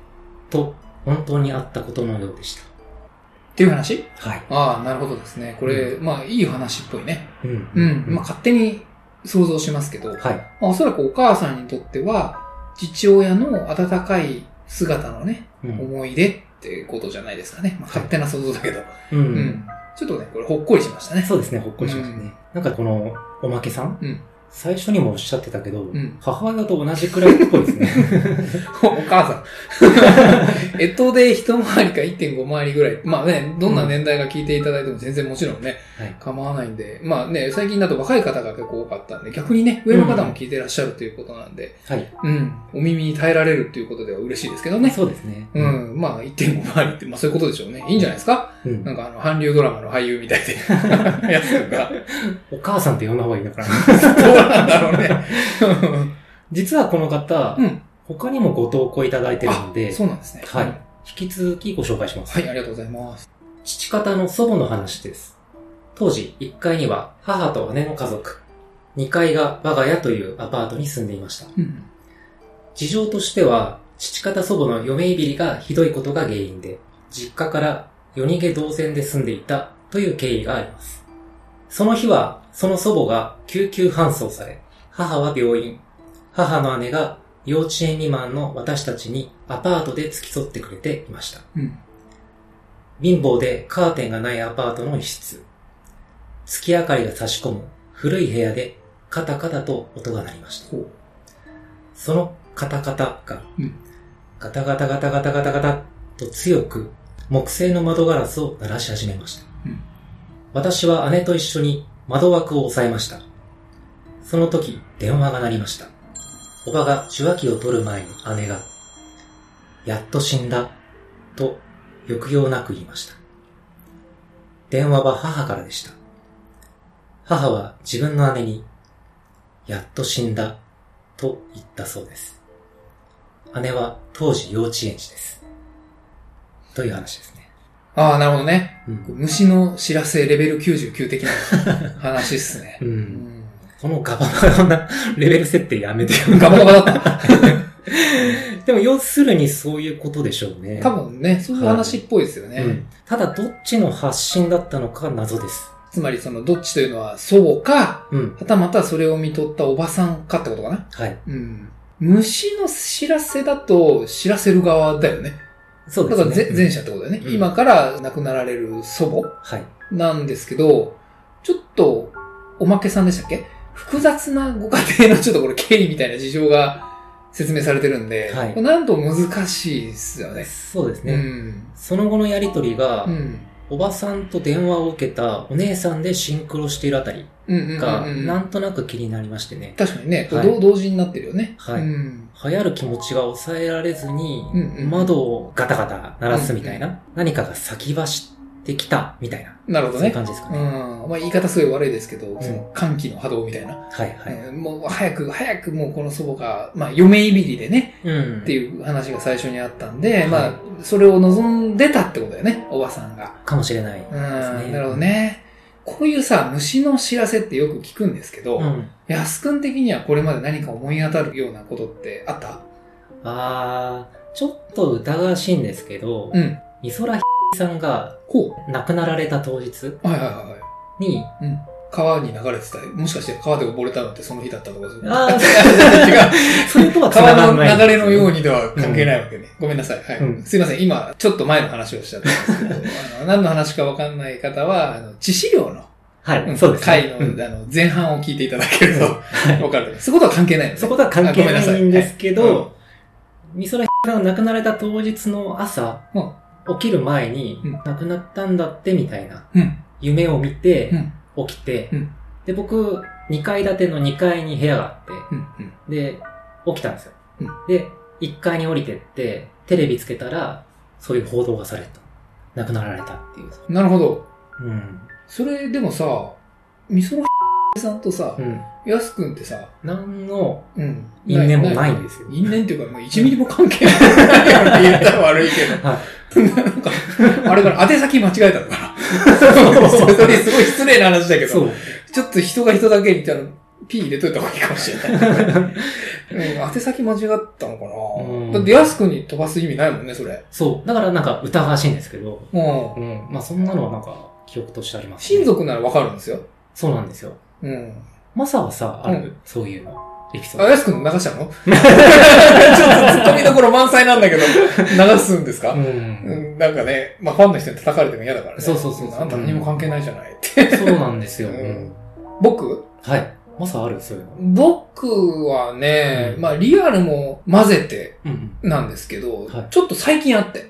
Speaker 2: と、本当にあったことのようでし
Speaker 1: っていう話
Speaker 2: た。はい。
Speaker 1: ああ、なるほどですね。これ、まあ、いい話っぽいね。
Speaker 2: うん。
Speaker 1: うん。まあ、勝手に想像しますけど、
Speaker 2: はい。
Speaker 1: まあおそらくお母さんにとっては、父親の温かい姿のね、
Speaker 2: うん。
Speaker 1: 思い出ってことじゃないですかね。まあ、勝手な想像だけど。
Speaker 2: うん
Speaker 1: うん。ちょっとね、これほっこりしましたね。
Speaker 2: そうですね、ほっこりしましたね。なんかこの、おまけさん、
Speaker 1: うん
Speaker 2: 最初にもおっしゃってたけど、
Speaker 1: ん
Speaker 2: 母親と同じくらいっぽいで すね。
Speaker 1: お母さ ん。えとで一回りか1.5回りぐらい。まあね、どんな年代が聞いていただいても全然もちろんね、
Speaker 2: はい。
Speaker 1: 構わないんで。まあね、最近だと若い方が結構多かったんで、逆にね、上の方も聞いてらっしゃるということなんで、
Speaker 2: はい。
Speaker 1: うん。お耳に耐えられるということでは嬉しいですけどね。
Speaker 2: そうですね。
Speaker 1: う。ん。まあ、1.5回りって、まあそういうことでしょうね。いいんじゃないですか
Speaker 2: うん
Speaker 1: なんかあの、韓流ドラマの俳優みたいで。 やつとか。
Speaker 2: お母さんって呼んだ方がいいのかな。
Speaker 1: どうなんだろうね。
Speaker 2: 実はこの方、
Speaker 1: うん
Speaker 2: 他にもご投稿いただいてる
Speaker 1: あ
Speaker 2: ので、
Speaker 1: そうなんですね。
Speaker 2: はい。引き続きご紹介します。
Speaker 1: はい、ありがとうございます。
Speaker 2: 父方の祖母の話です。当時、1階には母と姉の家族、2階が我が家というアパートに住んでいました。
Speaker 1: うん。
Speaker 2: 事情としては、父方祖母の嫁入りがひどいことが原因で、実家から夜逃げ同然で住んでいたという経緯があります。その日は、その祖母が救急搬送され、母は病院、母の姉が幼稚園未満の私たちにアパートで付き添ってくれていました。
Speaker 1: うん。
Speaker 2: 貧乏でカーテンがないアパートの一室。月明かりが差し込む古い部屋でカタカタと音が鳴りました。
Speaker 1: ほう。
Speaker 2: そのカタカタが
Speaker 1: うん、
Speaker 2: ガタガタガタガタガタガタと強く木製の窓ガラスを鳴らし始めました
Speaker 1: うん。
Speaker 2: 私は姉と一緒に窓枠を押さえました。その時、電話が鳴りました。おばが受話器を取る前に姉が、やっと死んだ、と抑揚なく言いました。電話は母からでした。母は自分の姉に、やっと死んだ、と言ったそうです。姉は当時幼稚園児です。という話ですね。
Speaker 1: ああ、なるほどね。
Speaker 2: うん。
Speaker 1: 虫の知らせレベル99的な話っすね
Speaker 2: う。、
Speaker 1: うんん。
Speaker 2: このガバガバな レベル設定やめてよ。
Speaker 1: ガバガバ だった。
Speaker 2: でも要するにそういうことでしょうね。
Speaker 1: 多分ね、そういう話っぽいですよね。
Speaker 2: うん。ただどっちの発信だったのかが謎です。
Speaker 1: つまりそのどっちというのは祖母か、
Speaker 2: うん。
Speaker 1: はたまたそれを見とったおばさんかってことかな。
Speaker 2: はい。
Speaker 1: うん。虫の知らせだと知らせる側だよね。
Speaker 2: そう
Speaker 1: だ
Speaker 2: で
Speaker 1: か
Speaker 2: す
Speaker 1: ら
Speaker 2: ね。
Speaker 1: ぜ前者ってことだよね。
Speaker 2: うん
Speaker 1: 今から亡くなられる祖母
Speaker 2: はい。
Speaker 1: なんですけど、ちょっとおまけさんでしたっけ複雑なご家庭のちょっとこれ経緯みたいな事情が説明されてるんで、
Speaker 2: はい
Speaker 1: これなんとも難しいですよね。
Speaker 2: そうです
Speaker 1: う
Speaker 2: ね。
Speaker 1: ん。
Speaker 2: その後のやりとりが、
Speaker 1: うん。
Speaker 2: おばさんと電話を受けたお姉さんでシンクロしているあたり
Speaker 1: うんうんうんうん
Speaker 2: が、なんとなく気になりましてね。
Speaker 1: 確かにね、
Speaker 2: はい
Speaker 1: 同同時になってるよね。
Speaker 2: はい
Speaker 1: うん。
Speaker 2: 流行る気持ちが抑えられずに
Speaker 1: うんう、ん
Speaker 2: 窓をガタガタ鳴らすみたいな、何かが先走ってきたみたいな、
Speaker 1: なるほ
Speaker 2: そ
Speaker 1: ど
Speaker 2: ういう
Speaker 1: ね。
Speaker 2: 感じですか
Speaker 1: うん
Speaker 2: ね。。
Speaker 1: まあ言い方すごい悪いですけど、
Speaker 2: ん
Speaker 1: その歓喜の波動みたいな。
Speaker 2: はいはい。
Speaker 1: うんもう早く、早くもうこの祖母が、まあ嫁入りでね、
Speaker 2: うん。
Speaker 1: って
Speaker 2: いう。
Speaker 1: いう話が最初にあったんで、
Speaker 2: い
Speaker 1: まあ、それを望んでたってことだよね、おばさんが。
Speaker 2: かもしれないで
Speaker 1: う
Speaker 2: す
Speaker 1: ん、
Speaker 2: ね。
Speaker 1: なるほど。ね。こういうさ、虫の知らせってよく聞くんですけど、
Speaker 2: うん。
Speaker 1: 安くん的にはこれまで何か思い当たるようなことってあった
Speaker 2: あー、ちょっと疑わしいんですけど、
Speaker 1: うん。
Speaker 2: 美空ひさんが
Speaker 1: こ
Speaker 2: 亡くなられた当日
Speaker 1: う。はいはいはいはい。
Speaker 2: に、
Speaker 1: 川に流れてたり、もしかして川で溺れたのってその日だったとかする
Speaker 2: あー
Speaker 1: 違う違う。
Speaker 2: それとは繋
Speaker 1: 川
Speaker 2: がん
Speaker 1: の
Speaker 2: ない。
Speaker 1: 流れのようにでは関係ないわけね。ごめんなさい。はい。
Speaker 2: うん
Speaker 1: すいません。今、ちょっと前の話をしち ゃったんですけど、あの何の話かわかんない方は、あの致死量の、
Speaker 2: は
Speaker 1: う
Speaker 2: い、
Speaker 1: ん
Speaker 2: そうですね。
Speaker 1: 回の,、
Speaker 2: うん
Speaker 1: あの前半を聞いていただけると
Speaker 2: はい
Speaker 1: わかると思います。そことは関係ないのね
Speaker 2: そことは関係
Speaker 1: あごめんな
Speaker 2: な
Speaker 1: さい
Speaker 2: いんですけ
Speaker 1: はいうん
Speaker 2: ど、美空ひかりさんが亡くなられた当日の朝、
Speaker 1: うん
Speaker 2: 起きる前に、
Speaker 1: うん
Speaker 2: 亡くなったんだってみたいな、
Speaker 1: うん
Speaker 2: 夢を見て、
Speaker 1: うん
Speaker 2: 起きて、
Speaker 1: うん
Speaker 2: で、僕、2階建ての2階に部屋があって、
Speaker 1: うんうん
Speaker 2: で、起きたんですよ。
Speaker 1: うん
Speaker 2: で、1階に降りてって、テレビつけたら、そういう報道がされた。亡くなられたっていう。
Speaker 1: なるほど。
Speaker 2: うん。
Speaker 1: それでもさ、みそのさんとさ
Speaker 2: う、ん。
Speaker 1: やすくんってさ、
Speaker 2: 何の
Speaker 1: うん。
Speaker 2: 因縁もないんですよ。
Speaker 1: 因縁っていうか、もう1ミリも関係ないよって言ったら悪いけど。
Speaker 2: は
Speaker 1: なんか、あれから宛先間違えたのかな。
Speaker 2: そう
Speaker 1: それすごい失礼な話だけ
Speaker 2: い。そ
Speaker 1: ど、
Speaker 2: う。
Speaker 1: ちょっと人が人だけみたいな、P 入れといた方がいいかもしれ ない。うん、宛先間違ったのか
Speaker 2: うん
Speaker 1: な。だって、やすくんに飛ばす意味ないもんね、それ。
Speaker 2: そう。だからなんか疑わしいんですけど、
Speaker 1: うん。
Speaker 2: うん。まあそんなのはなんか記憶としてあります、
Speaker 1: 親族ならわかるんですよ。
Speaker 2: そうなんですよ。
Speaker 1: うん。
Speaker 2: マサはさ、ある、
Speaker 1: う
Speaker 2: そういうの。エピソ
Speaker 1: あ、
Speaker 2: ード。
Speaker 1: やすくん流した のちょっとツッコミどころ満載なんだけど、流すんですか、
Speaker 2: うん
Speaker 1: うんなんかね、まあファンの人に叩かれても嫌だからね。
Speaker 2: そうそうそうそう
Speaker 1: あんた何も関係ないじゃないって。
Speaker 2: そうなんですよ。
Speaker 1: うん
Speaker 2: うん
Speaker 1: 僕
Speaker 2: はい。マサあるそういうの。
Speaker 1: 僕はね、
Speaker 2: うん
Speaker 1: まあリアルも混ぜて
Speaker 2: うん。
Speaker 1: なんですけど、
Speaker 2: はい
Speaker 1: ちょっと最近あって。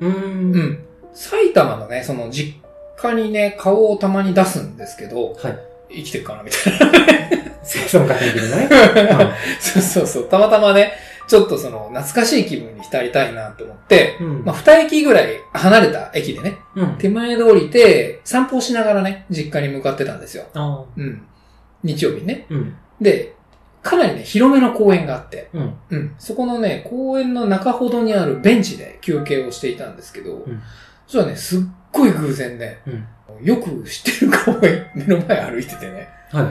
Speaker 2: う。
Speaker 1: うんん。埼玉のね、その実家にね、顔をたまに出すんですけど、
Speaker 2: はい。
Speaker 1: 生きてるかなみたい
Speaker 2: 生存確認でね。
Speaker 1: な。 そうそうそう。たまたまね、ちょっとその懐かしい気分に浸りたいなと思って、
Speaker 2: うん。
Speaker 1: まあ、二駅ぐらい離れた駅でね、
Speaker 2: うん。
Speaker 1: 手前で降りて、散歩をしながらね、実家に向かってたんですよ。
Speaker 2: ああ。
Speaker 1: うん。日曜日にね。
Speaker 2: うん。
Speaker 1: で、かなりね、広めの公園があって、
Speaker 2: うん。
Speaker 1: うん。そこのね、公園の中ほどにあるベンチで休憩をしていたんですけど、
Speaker 2: ん
Speaker 1: そしたらね、すっごい偶然ね、
Speaker 2: うん。
Speaker 1: よく知ってる子が目の前歩いててね、
Speaker 2: はい。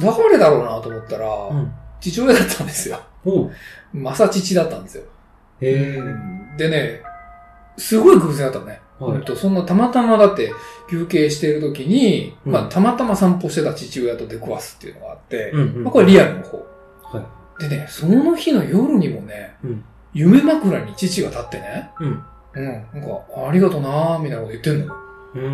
Speaker 1: 誰だろうなと思ったら、
Speaker 2: うん。
Speaker 1: 父親だったんですよ。
Speaker 2: おう。
Speaker 1: まさ父だったんですよ。
Speaker 2: へえ。
Speaker 1: でね、すごい偶然だったね。
Speaker 2: は
Speaker 1: うん
Speaker 2: い。
Speaker 1: と、そんなたまたまだって休憩してる時に、
Speaker 2: うん
Speaker 1: まあたまたま散歩してた父親と出くわすっていうのがあって、
Speaker 2: うんうん。
Speaker 1: まあこれリアルの方。
Speaker 2: は
Speaker 1: でね、その日の夜にもね、
Speaker 2: うん
Speaker 1: 夢枕に父が立ってね、
Speaker 2: うん。
Speaker 1: うん、なんか、ありがとなーみたいなこと言ってんの。
Speaker 2: うー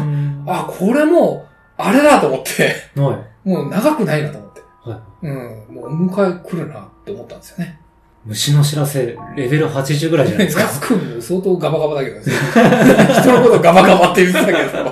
Speaker 2: ん。
Speaker 1: あ、これもう、あれだと思って、
Speaker 2: はい。
Speaker 1: もう長くないなと思って。
Speaker 2: はい。
Speaker 1: うん、もうお迎え来るなって思ったんですよね。
Speaker 2: 虫の知らせ、レベル80ぐらいじゃな いです
Speaker 1: ガ
Speaker 2: か。
Speaker 1: ス君も相当ガバガバだけどね。 人のことガバガバって言ってた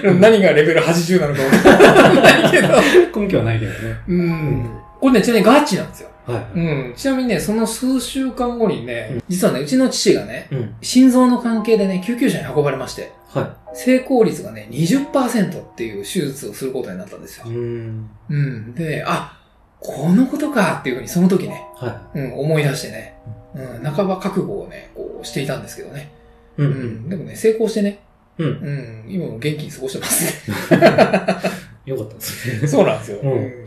Speaker 1: けど、何がレベル80なのか分かんない けど。
Speaker 2: 根拠はないけどね。
Speaker 1: うん。これね、ちなみにガチなんですよ。
Speaker 2: はい。
Speaker 1: うん。ちなみにね、その数週間後にね、実はね、うちの父がね、
Speaker 2: うん。
Speaker 1: 心臓の関係でね、救急車に運ばれまして、
Speaker 2: は
Speaker 1: 成功率がね、20%っていう手術をすることになったんですよ
Speaker 2: い。。ん。
Speaker 1: うん。でね、あ、このことかっていうふうにその時ね、
Speaker 2: は
Speaker 1: うん、思い出してね、うん、半ば覚悟をね、こうしていたんですけどね。
Speaker 2: い。う。
Speaker 1: うんん。でもね、成功してね、
Speaker 2: うん。
Speaker 1: うん、今も元気に過ごしてますね。
Speaker 2: よかったですね。
Speaker 1: そうなんですよ。
Speaker 2: うん
Speaker 1: うん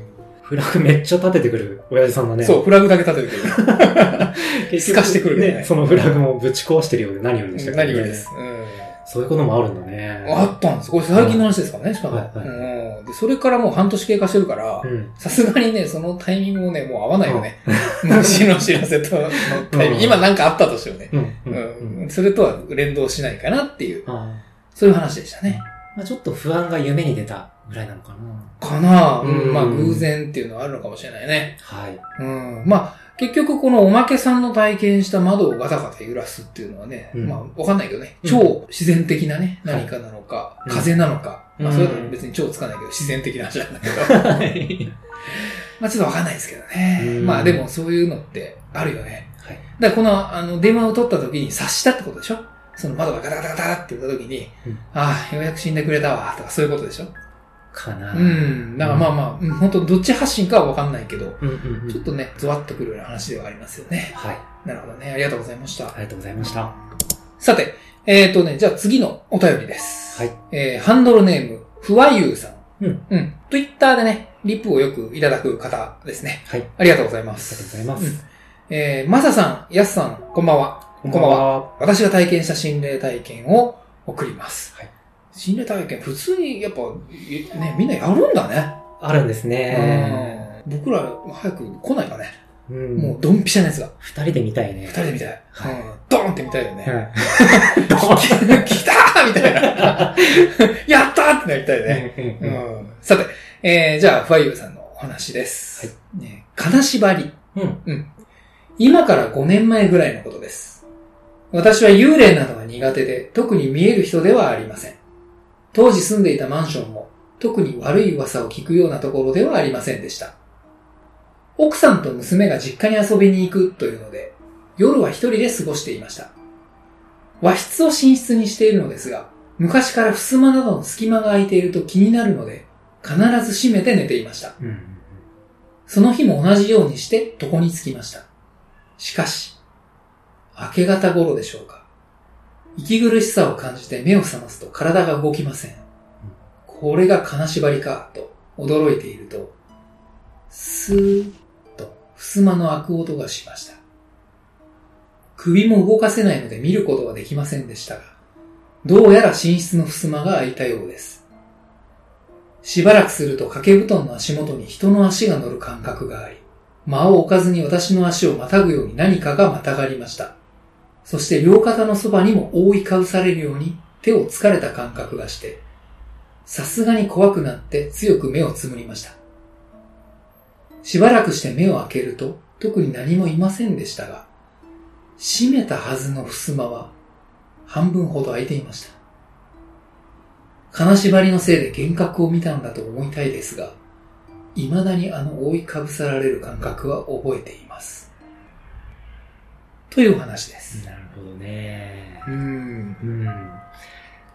Speaker 2: フラグめっちゃ立ててくる親父さんだね。
Speaker 1: そう、フラグだけ立ててくれる。
Speaker 2: 結
Speaker 1: す
Speaker 2: 局
Speaker 1: かしてくるよね
Speaker 2: ね。そのフラグもぶち壊してるようで何よりでしたけどね
Speaker 1: 何よりです。。うん
Speaker 2: そういうこともあるんだね。
Speaker 1: あったんです。これ最近の話ですからね、しかも、
Speaker 2: はいはい
Speaker 1: うんで。それからもう半年経過してるから
Speaker 2: う、ん。
Speaker 1: さすがにね、そのタイミングもね、もう合わないよね。 虫の知らせとのタイミン
Speaker 2: うん
Speaker 1: グ。今なんかあったとしてもね。
Speaker 2: うん。う。
Speaker 1: うんん
Speaker 2: うん
Speaker 1: それとは連動しないかなっていう、
Speaker 2: あ
Speaker 1: そういう話でしたね。
Speaker 2: ーまあちょっと不安が夢に出たぐらいなのかな。
Speaker 1: かなあ
Speaker 2: うん
Speaker 1: まあ偶然っていうのはあるのかもしれないね。
Speaker 2: は
Speaker 1: う
Speaker 2: い。
Speaker 1: ん、まあ、結局このおまけさんの体験した窓をガタガタ揺らすっていうのはね、
Speaker 2: うん
Speaker 1: まあわかんないけどね、
Speaker 2: うん
Speaker 1: 超自然的なね、
Speaker 2: はい
Speaker 1: 何かなのか、
Speaker 2: うん
Speaker 1: 風なのか、まあ
Speaker 2: うん
Speaker 1: それだと別に超つかないけど自然的な話なんだけど、
Speaker 2: はい。
Speaker 1: まあちょっとわかんないですけどね
Speaker 2: う。ん
Speaker 1: まあでもそういうのってあるよね。
Speaker 2: はい。
Speaker 1: だからこのあの電話を取った時に察したってことでしょその窓がガタガタガタガタって言った時に、
Speaker 2: うん
Speaker 1: ああ、ようやく死んでくれたわ、とかそういうことでしょ
Speaker 2: かな
Speaker 1: うん。だからまあまあ、うん、本当どっち発信かはわかんないけど、
Speaker 2: うんうんうん
Speaker 1: ちょっとね、ゾワッとくるような話ではありますよね。
Speaker 2: はい。
Speaker 1: なるほどね。ありがとうございました
Speaker 2: あ。りがとうございました。は
Speaker 1: さて、えっ、ー、とね、じゃあ次のお便りです。
Speaker 2: い。
Speaker 1: えー、ハンドルネーム、ふわゆうさん。
Speaker 2: うん。
Speaker 1: うん。Twitter でね、リプをよくいただく方ですね。
Speaker 2: はい。あり
Speaker 1: ありがとうございま
Speaker 2: がとう
Speaker 1: す。
Speaker 2: ございます。
Speaker 1: えー、まささん、やすさん、こんばんは。
Speaker 2: こは。
Speaker 1: 私が体験した心霊体験を送ります。
Speaker 2: はい
Speaker 1: 心霊体験、普通にやっぱ、えね、みんなやるんだね。
Speaker 2: あるんですね。
Speaker 1: うん僕ら早く来ないかね。
Speaker 2: うん
Speaker 1: もうドンピシャなやつが。
Speaker 2: 二人で見たいね。
Speaker 1: 二人で見たい。
Speaker 2: はい
Speaker 1: うんドーンって見たいよね。
Speaker 2: はい。
Speaker 1: 来たーみたいな。やったーってなりたいね。
Speaker 2: う
Speaker 1: うん
Speaker 2: うん
Speaker 1: んさて、えー、じゃあ、ファイブさんのお話です。ね金縛り。
Speaker 2: うん。
Speaker 1: 今から5年前ぐらいのことです。私は幽霊などが苦手で、特に見える人ではありません。当時住んでいたマンションも、特に悪い噂を聞くようなところではありませんでした。奥さんと娘が実家に遊びに行くというので、夜は一人で過ごしていました。和室を寝室にしているのですが、昔から襖などの隙間が空いていると気になるので、必ず閉めて寝ていました。
Speaker 2: うん
Speaker 1: その日も同じようにして床に着きました。しかし、明け方頃でしょうか。息苦しさを感じて目を覚ますと体が動きません。これが金縛りか、と驚いていると、スーッと襖の開く音がしました。首も動かせないので見ることはできませんでしたが、どうやら寝室の襖が開いたようです。しばらくすると掛け布団の足元に人の足が乗る感覚があり、間を置かずに私の足をまたぐように何かがまたがりました。そして両肩のそばにも覆いかぶされるように手を疲れた感覚がして、さすがに怖くなって強く目をつむりました。しばらくして目を開けると特に何もいませんでしたが、閉めたはずの襖は半分ほど開いていました。金縛りのせいで幻覚を見たんだと思いたいですが、未だにあの覆いかぶさられる感覚は覚えています。というお話です。
Speaker 2: なるほどね。
Speaker 1: うん。
Speaker 2: うん。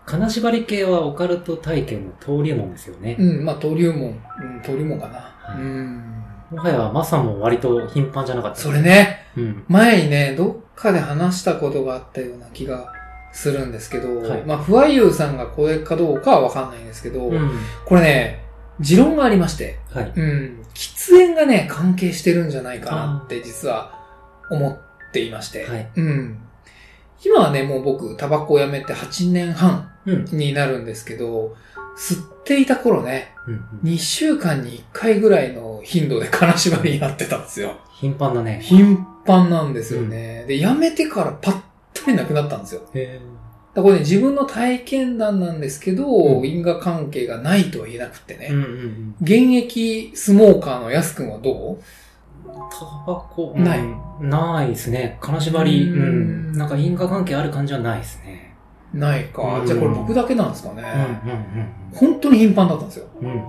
Speaker 2: 金縛り系はオカルト体験の登竜門ですよね
Speaker 1: う。ん、まあ、登竜門、うん、登竜門かな。
Speaker 2: はい
Speaker 1: うん。
Speaker 2: もはやマサも割と頻繁じゃなかった。
Speaker 1: それ。ね、
Speaker 2: うん。
Speaker 1: 前にね、どっかで話したことがあったような気がするんですけど、
Speaker 2: はい
Speaker 1: まあ、不愛優さんがこれかどうかはわかんないんですけど、
Speaker 2: うん。
Speaker 1: これね、持論がありまして、
Speaker 2: はい。
Speaker 1: うん、喫煙がね、関係してるんじゃないかなって実は思っていまして。
Speaker 2: はい。
Speaker 1: うん。今はね、もう僕、タバコをやめて8年半
Speaker 2: うん。
Speaker 1: になるんですけど、吸っていた頃ね、
Speaker 2: うん。
Speaker 1: 2週間に1回ぐらいの頻度で金縛りになってたんですよ。
Speaker 2: 頻繁だね。
Speaker 1: 頻繁なんですよね。で、やめてからパッタリなくなったんですよ。
Speaker 2: へ
Speaker 1: だからこれね、自分の体験談なんですけど、
Speaker 2: うん
Speaker 1: 因果関係がないとは言えなくてね。
Speaker 2: うんうんうん。
Speaker 1: 現役スモーカーのやすくんはどう
Speaker 2: タバコ、
Speaker 1: ない
Speaker 2: うんないですね。金縛り、
Speaker 1: う
Speaker 2: うんん。なんか因果関係ある感じはないですね。
Speaker 1: ないか。
Speaker 2: うん
Speaker 1: じゃあこれ僕だけなんですか
Speaker 2: うんうん
Speaker 1: ね。本当に頻繁だったんですよ。
Speaker 2: うん。うんうん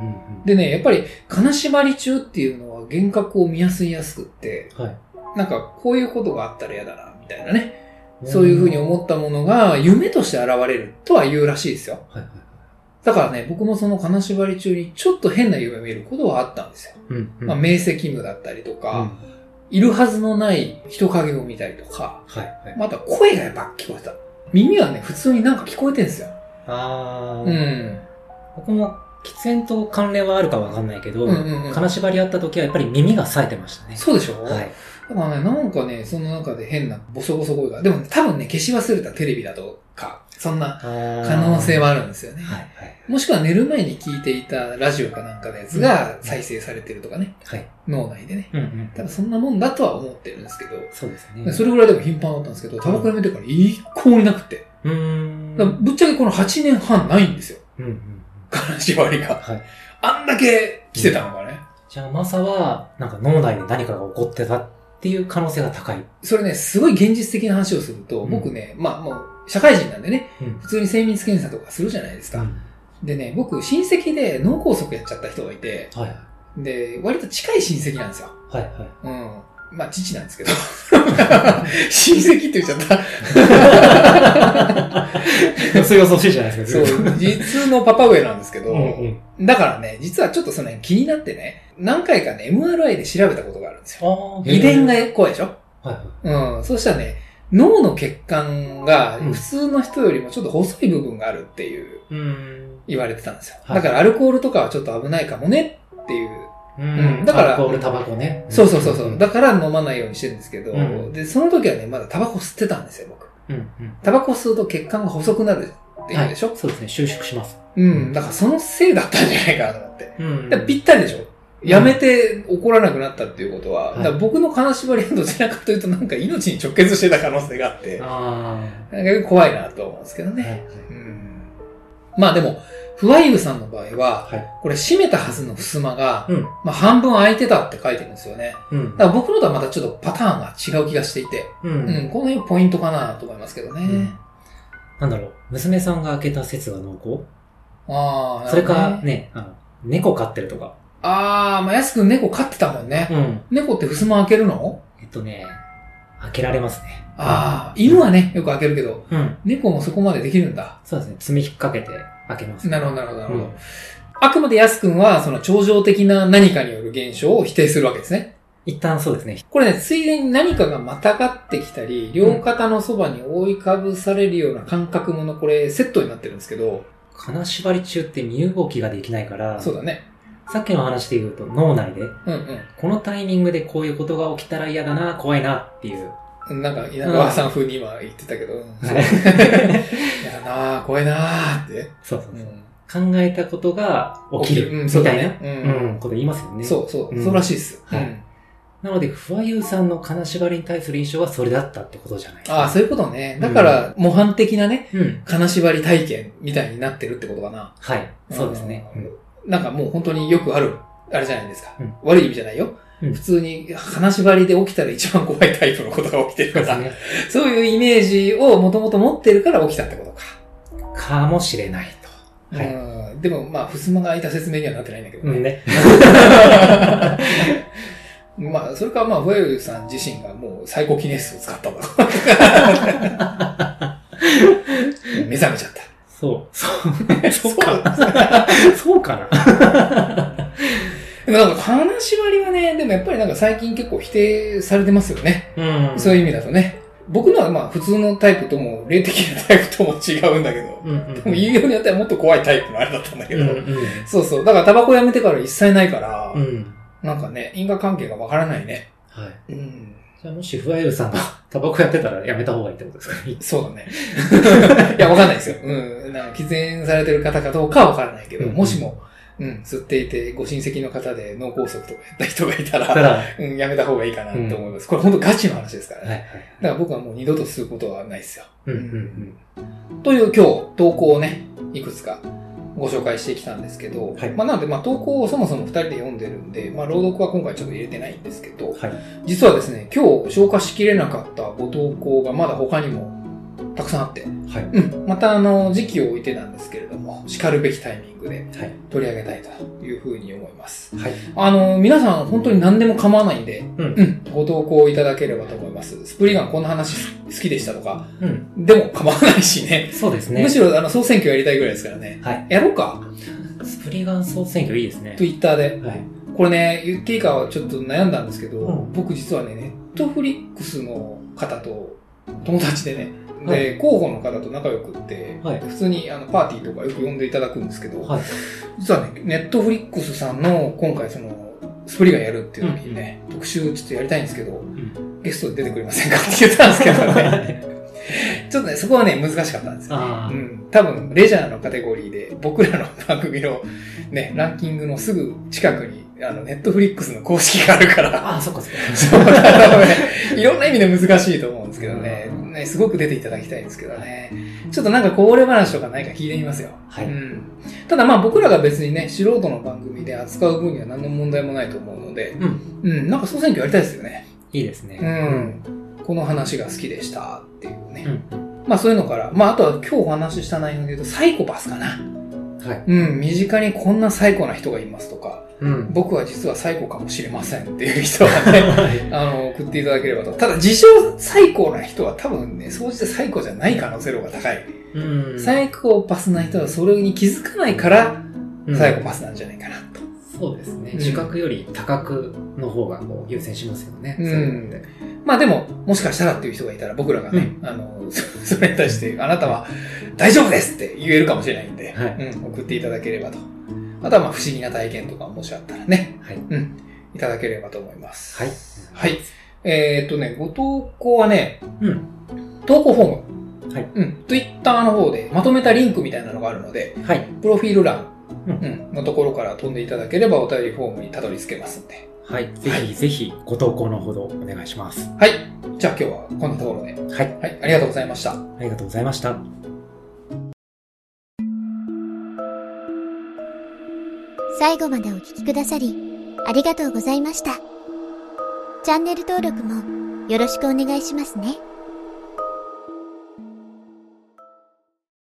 Speaker 1: でね、やっぱり、金縛り中っていうのは幻覚を見やすいやすくって、
Speaker 2: うん。はい。
Speaker 1: なんかこういうことがあったら嫌だな、みたいなね。そういうふうに思ったものが夢として現れるとは言うらしいですよ。
Speaker 2: はいはい。
Speaker 1: だからね、僕もその金縛り中にちょっと変な夢を見ることはあったんですよ。
Speaker 2: うんうん。
Speaker 1: まあ、明晰夢だったりと
Speaker 2: うん
Speaker 1: か、いるはずのない人影を見たりとか、
Speaker 2: はいはい。
Speaker 1: また声がやっぱ聞こえてた。耳はね、普通になんか聞こえてんですよ。
Speaker 2: ああ、
Speaker 1: うん。
Speaker 2: 僕も喫煙と関連はあるかわかんないけど、
Speaker 1: うんうんうん
Speaker 2: 金縛りあった時はやっぱり耳が冴えてましたね。
Speaker 1: そうでしょ
Speaker 2: はい。
Speaker 1: だからね、なんかね、その中で変なボソボソ声が。でも、ね、多分ね、消し忘れたテレビだとか、そんな可
Speaker 2: 可
Speaker 1: 能性はあるんですよね。
Speaker 2: はいはい
Speaker 1: もしくは寝る前に聞いていたラジオかなんかのやつが再生されてるとかね、
Speaker 2: はい。
Speaker 1: 脳内でね。
Speaker 2: うんうん。
Speaker 1: 多分そんなもんだとは思ってるんですけ
Speaker 2: そうですね。
Speaker 1: ど、それぐらいでも頻繁だったんですけど、タバコやめてから一向になくて。
Speaker 2: うーん。
Speaker 1: だからぶっちゃけこの8年半ないんですよ。
Speaker 2: うんうん。
Speaker 1: 金縛りが。
Speaker 2: はい。
Speaker 1: あんだけ来てたのがね。
Speaker 2: じゃあ、マサは、なんか脳内で何かが起こってたっっていう可能性が高い。
Speaker 1: それね、すごい現実的な話をすると、
Speaker 2: うん
Speaker 1: 僕ね、まあもう、社会人なんでね、
Speaker 2: うん
Speaker 1: 普通に精密検査とかするじゃないですか。でね、僕、親戚で脳梗塞やっちゃった人がいて、
Speaker 2: はい
Speaker 1: で、割と近い親戚なんですよ。
Speaker 2: はい。はいはい。
Speaker 1: うん。まあ、父なんですけど。 親戚って言っちゃった。
Speaker 2: それが恐ろしいじゃないです
Speaker 1: そ
Speaker 2: か。
Speaker 1: う、実のパパ上なんですけど、
Speaker 2: うんうん。
Speaker 1: だからね、実はちょっとその辺気になってね、何回かね、MRI で調べたことがあるんですよ。
Speaker 2: あ
Speaker 1: 遺伝が怖いでしょ
Speaker 2: はいはい。
Speaker 1: うん。そしたらね、脳の血管が
Speaker 2: うん
Speaker 1: 普通の人よりもちょっと細い部分があるっていう
Speaker 2: うん。
Speaker 1: 言われてたんですよ。
Speaker 2: は
Speaker 1: だ
Speaker 2: い
Speaker 1: からアルコールとかはちょっと危ないかもねっていう。
Speaker 2: うん。
Speaker 1: だから
Speaker 2: アルコール、タバコね。
Speaker 1: そうそうそう。そう
Speaker 2: うん
Speaker 1: だから飲まないようにしてるんですけど、
Speaker 2: うん
Speaker 1: で、その時はね、まだタバコ吸ってたんですよ、僕。
Speaker 2: うんうん。
Speaker 1: タバコ吸うと血管が細くなるってい
Speaker 2: は
Speaker 1: う
Speaker 2: い
Speaker 1: でしょ、
Speaker 2: そうですね、収縮します。
Speaker 1: うん。だからそのせいだったんじゃないかなと思って。
Speaker 2: うん
Speaker 1: だからぴったりでしょやめて怒らなくなったっていうことは、
Speaker 2: はい
Speaker 1: だから僕の金縛りはどちらかというとなんか命に直結してた可能性があって、
Speaker 2: あ
Speaker 1: なんか怖いなと思うんですけど
Speaker 2: あ。
Speaker 1: ね。
Speaker 2: はい
Speaker 1: うんまあでも、フワイグさんの場合は、
Speaker 2: はい
Speaker 1: これ閉めたはずの襖が、
Speaker 2: うん。
Speaker 1: まあ半分開いてたって書いてるんですよね。
Speaker 2: うん
Speaker 1: だから僕のとはまたちょっとパターンが違う気がしていて、
Speaker 2: う。
Speaker 1: うんん、この辺ポイントかなと思いますけどね。
Speaker 2: うんなんだろう、娘さんが開けた説が濃厚
Speaker 1: ああ、
Speaker 2: それ
Speaker 1: なる
Speaker 2: か
Speaker 1: ほどね。
Speaker 2: ね、あの、猫飼ってるとか。
Speaker 1: ああ、まあ安くん猫飼ってたもんね。
Speaker 2: ん。
Speaker 1: 猫って襖開けるの
Speaker 2: えっとね、開けられますね。
Speaker 1: ああ、犬はね、よく開けるけど、
Speaker 2: うん。
Speaker 1: 猫もそこまでできるんだ。
Speaker 2: そうですね、爪引っ掛けて開けます。
Speaker 1: なるほど、なるほど、なるほど。
Speaker 2: うん
Speaker 1: あくまで安くんは、その超常的な何かによる現象を否定するわけですね。
Speaker 2: 一旦そうですね。
Speaker 1: これね、ついでに何かがまたがってきたり、両肩のそばに覆いかぶされるような感覚もの、これセットになってるんですけど、
Speaker 2: 金縛り中って身動きができないから、
Speaker 1: そうだね。
Speaker 2: さっきの話で言うと脳内で、
Speaker 1: うん
Speaker 2: このタイミングでこういうことが起きたら嫌だな、怖いなっていう。
Speaker 1: うん。なんか、稲川さん風に今言ってたけど、うん、 そうやだなぁ、怖 いなぁって。
Speaker 2: そうそうう
Speaker 1: ん
Speaker 2: そう。考えたことが起きる。
Speaker 1: うん、
Speaker 2: み
Speaker 1: そう
Speaker 2: た
Speaker 1: だ
Speaker 2: いな、
Speaker 1: ね。う。
Speaker 2: うんん、こと言いますよね。
Speaker 1: そうそう、
Speaker 2: うん
Speaker 1: そうらしいです。
Speaker 2: はい
Speaker 1: うん
Speaker 2: なので、不和優さんの金縛りに対する印象はそれだったってことじゃないですか。
Speaker 1: ああ、そういうことね。だから、模範的なね、
Speaker 2: うん。
Speaker 1: 金縛り体験みたいになってるってことかな。
Speaker 2: はい。そうですね。
Speaker 1: うんなんかもう本当によくある、あれじゃないですか。
Speaker 2: うん
Speaker 1: 悪い意味じゃないよ。
Speaker 2: うん
Speaker 1: 普通に、金縛りで起きたら一番怖いタイプのことが起きてる
Speaker 2: そ
Speaker 1: から、
Speaker 2: うですね。
Speaker 1: そういうイメージをもともと持ってるから起きたってことか。
Speaker 2: かもしれないと。はい。
Speaker 1: うんでも、まあ、襖が開いた説明にはなってないんだけど
Speaker 2: う
Speaker 1: ね。
Speaker 2: んね。
Speaker 1: まあ、それか、まあ、フェルさん自身がもう最高記念数を使ったんだ 目覚めちゃった。
Speaker 2: そう。そう。 そうかな。そうかな。
Speaker 1: でもなんか、金縛りはね、でもやっぱりなんか最近結構否定されてますよね。
Speaker 2: うん。
Speaker 1: そういう意味だとね。僕のはまあ、普通のタイプとも、霊的なタイプとも違うんだけど、
Speaker 2: うんうん。
Speaker 1: でも言うようによってはもっと怖いタイプのあれだったんだけ
Speaker 2: う
Speaker 1: ど、
Speaker 2: んうん。
Speaker 1: そうそう。だから、タバコやめてから一切ないから、
Speaker 2: うん。
Speaker 1: なんかね、因果関係がわからないね。
Speaker 2: はい。
Speaker 1: うん。
Speaker 2: じゃあもし、不和優さんがタバコやってたらやめた方がいいってことですかね。
Speaker 1: そうだね。 いや、わかんないですよ。うん。なんか喫煙されてる方かどうかはわからないけど、
Speaker 2: うん
Speaker 1: もしも、うん、吸っていて、ご親戚の方で脳梗塞とかやった人がいた
Speaker 2: た
Speaker 1: ら、
Speaker 2: ら、はい
Speaker 1: うん、やめた方がいいかなと思います。これ本当ガチの話ですからね。
Speaker 2: はい。
Speaker 1: だから僕はもう二度と吸うことはないですよ。
Speaker 2: うんうんうん。
Speaker 1: という今日、投稿をね、いくつかご紹介してきたんですけど、
Speaker 2: はい
Speaker 1: まあなので、まあ投稿をそもそも二人で読んでるんで、まあ朗読は今回ちょっと入れてないんですけど、
Speaker 2: はい。
Speaker 1: 実はですね、今日消化しきれなかったご投稿がまだ他にもたくさんあって、
Speaker 2: はい。
Speaker 1: うん、またあの時期を置いてなんですけれども、しかるべきタイミングで
Speaker 2: はい。
Speaker 1: 取り上げたいというふうに思います。
Speaker 2: はい。
Speaker 1: あの、皆さん本当に何でも構わないんで、
Speaker 2: うん
Speaker 1: うん、ご投稿いただければと思います。スプリガンこんな話好きでしたとか、
Speaker 2: うん。
Speaker 1: でも構わないしね。
Speaker 2: そうですね
Speaker 1: む。しろあの総選挙やりたいぐらいですからね。
Speaker 2: はい。
Speaker 1: やろうか
Speaker 2: スプリガン総選挙いいですね。
Speaker 1: ?Twitter で。
Speaker 2: はい。
Speaker 1: これね、言っていいかはちょっと悩んだんですけど、
Speaker 2: うん
Speaker 1: 僕実はね、ネットフリックスの方と友達でね、
Speaker 2: は
Speaker 1: で、候補の方と仲良くって、
Speaker 2: はい
Speaker 1: 普通にあのパーティーとかよく呼んでいただくんですけど、
Speaker 2: はい。
Speaker 1: 実はね、ネットフリックスさんの今回その、スプリガンやるっていう時にね、特集ちょっとやりたいんですけど、
Speaker 2: ん
Speaker 1: ゲストで出てくれませんかって言ったんですけど ね。ちょっとね、そこはね、難しかったんですよ。
Speaker 2: あ
Speaker 1: う
Speaker 2: あ。
Speaker 1: ん、多分、レジャーのカテゴリーで、僕らの番組のね、ランキングのすぐ近くに、あの、ネットフリックスの公式がある から、
Speaker 2: ああ、そっかそっか。
Speaker 1: そうだね。いろんな意味で難しいと思うんですけどね。ね、すごく出ていただきたいんですけどね。ちょっとなんかこぼれ話とかないか聞いてみますよ。
Speaker 2: はい
Speaker 1: うん。ただまあ僕らが別にね、素人の番組で扱う分には何の問題もないと思うので、
Speaker 2: うん。
Speaker 1: うん、なんか総選挙やりたいですよね。
Speaker 2: いいですね。
Speaker 1: うん。この話が好きでしたっていうね。
Speaker 2: うん。
Speaker 1: まあそういうのから、まああとは今日お話しした内容で言うと、サイコパスかな。
Speaker 2: はい。
Speaker 1: うん、身近にこんなサイコな人がいますとか、
Speaker 2: うん。
Speaker 1: 僕は実はサイコかもしれませんっていう人は ね、あの、送っていただければと。ただ、自称サイコな人は多分ね、そうしてサイコじゃない可能性の方が高い。
Speaker 2: うん。
Speaker 1: サイコパスな人はそれに気づかないから、
Speaker 2: うん
Speaker 1: サイコパスなんじゃないかなと。
Speaker 2: そうですね。
Speaker 1: うん
Speaker 2: 自覚より多覚の方がこう優先しますよね。
Speaker 1: うん
Speaker 2: そういうのって
Speaker 1: まあでも、もしかしたらっていう人がいたら、僕らがね、あの、そそれに対して、あなたは大丈夫ですって言えるかもしれないんで、
Speaker 2: はい
Speaker 1: うん、送っていただければと。あとは、まあ、不思議な体験とかもしあったらね、
Speaker 2: はい
Speaker 1: うん、いただければと思います。
Speaker 2: はい。
Speaker 1: はい。えーっとね、ご投稿はね、
Speaker 2: うん
Speaker 1: 投稿フォーム。
Speaker 2: はい
Speaker 1: うん。Twitter の方でまとめたリンクみたいなのがあるので、
Speaker 2: はい。
Speaker 1: プロフィール欄、
Speaker 2: うん
Speaker 1: うんのところから飛んでいただければお便りフォームにたどり着けますんで。
Speaker 2: はい。ぜひぜひご投稿のほどお願いします。
Speaker 1: はい。じゃあ今日はこんなところで。
Speaker 2: はい。
Speaker 1: はい。ありがとうございました。
Speaker 2: ありがとうございました。
Speaker 3: 最後までお聞きくださり、ありがとうございました。チャンネル登録もよろしくお願いしますね。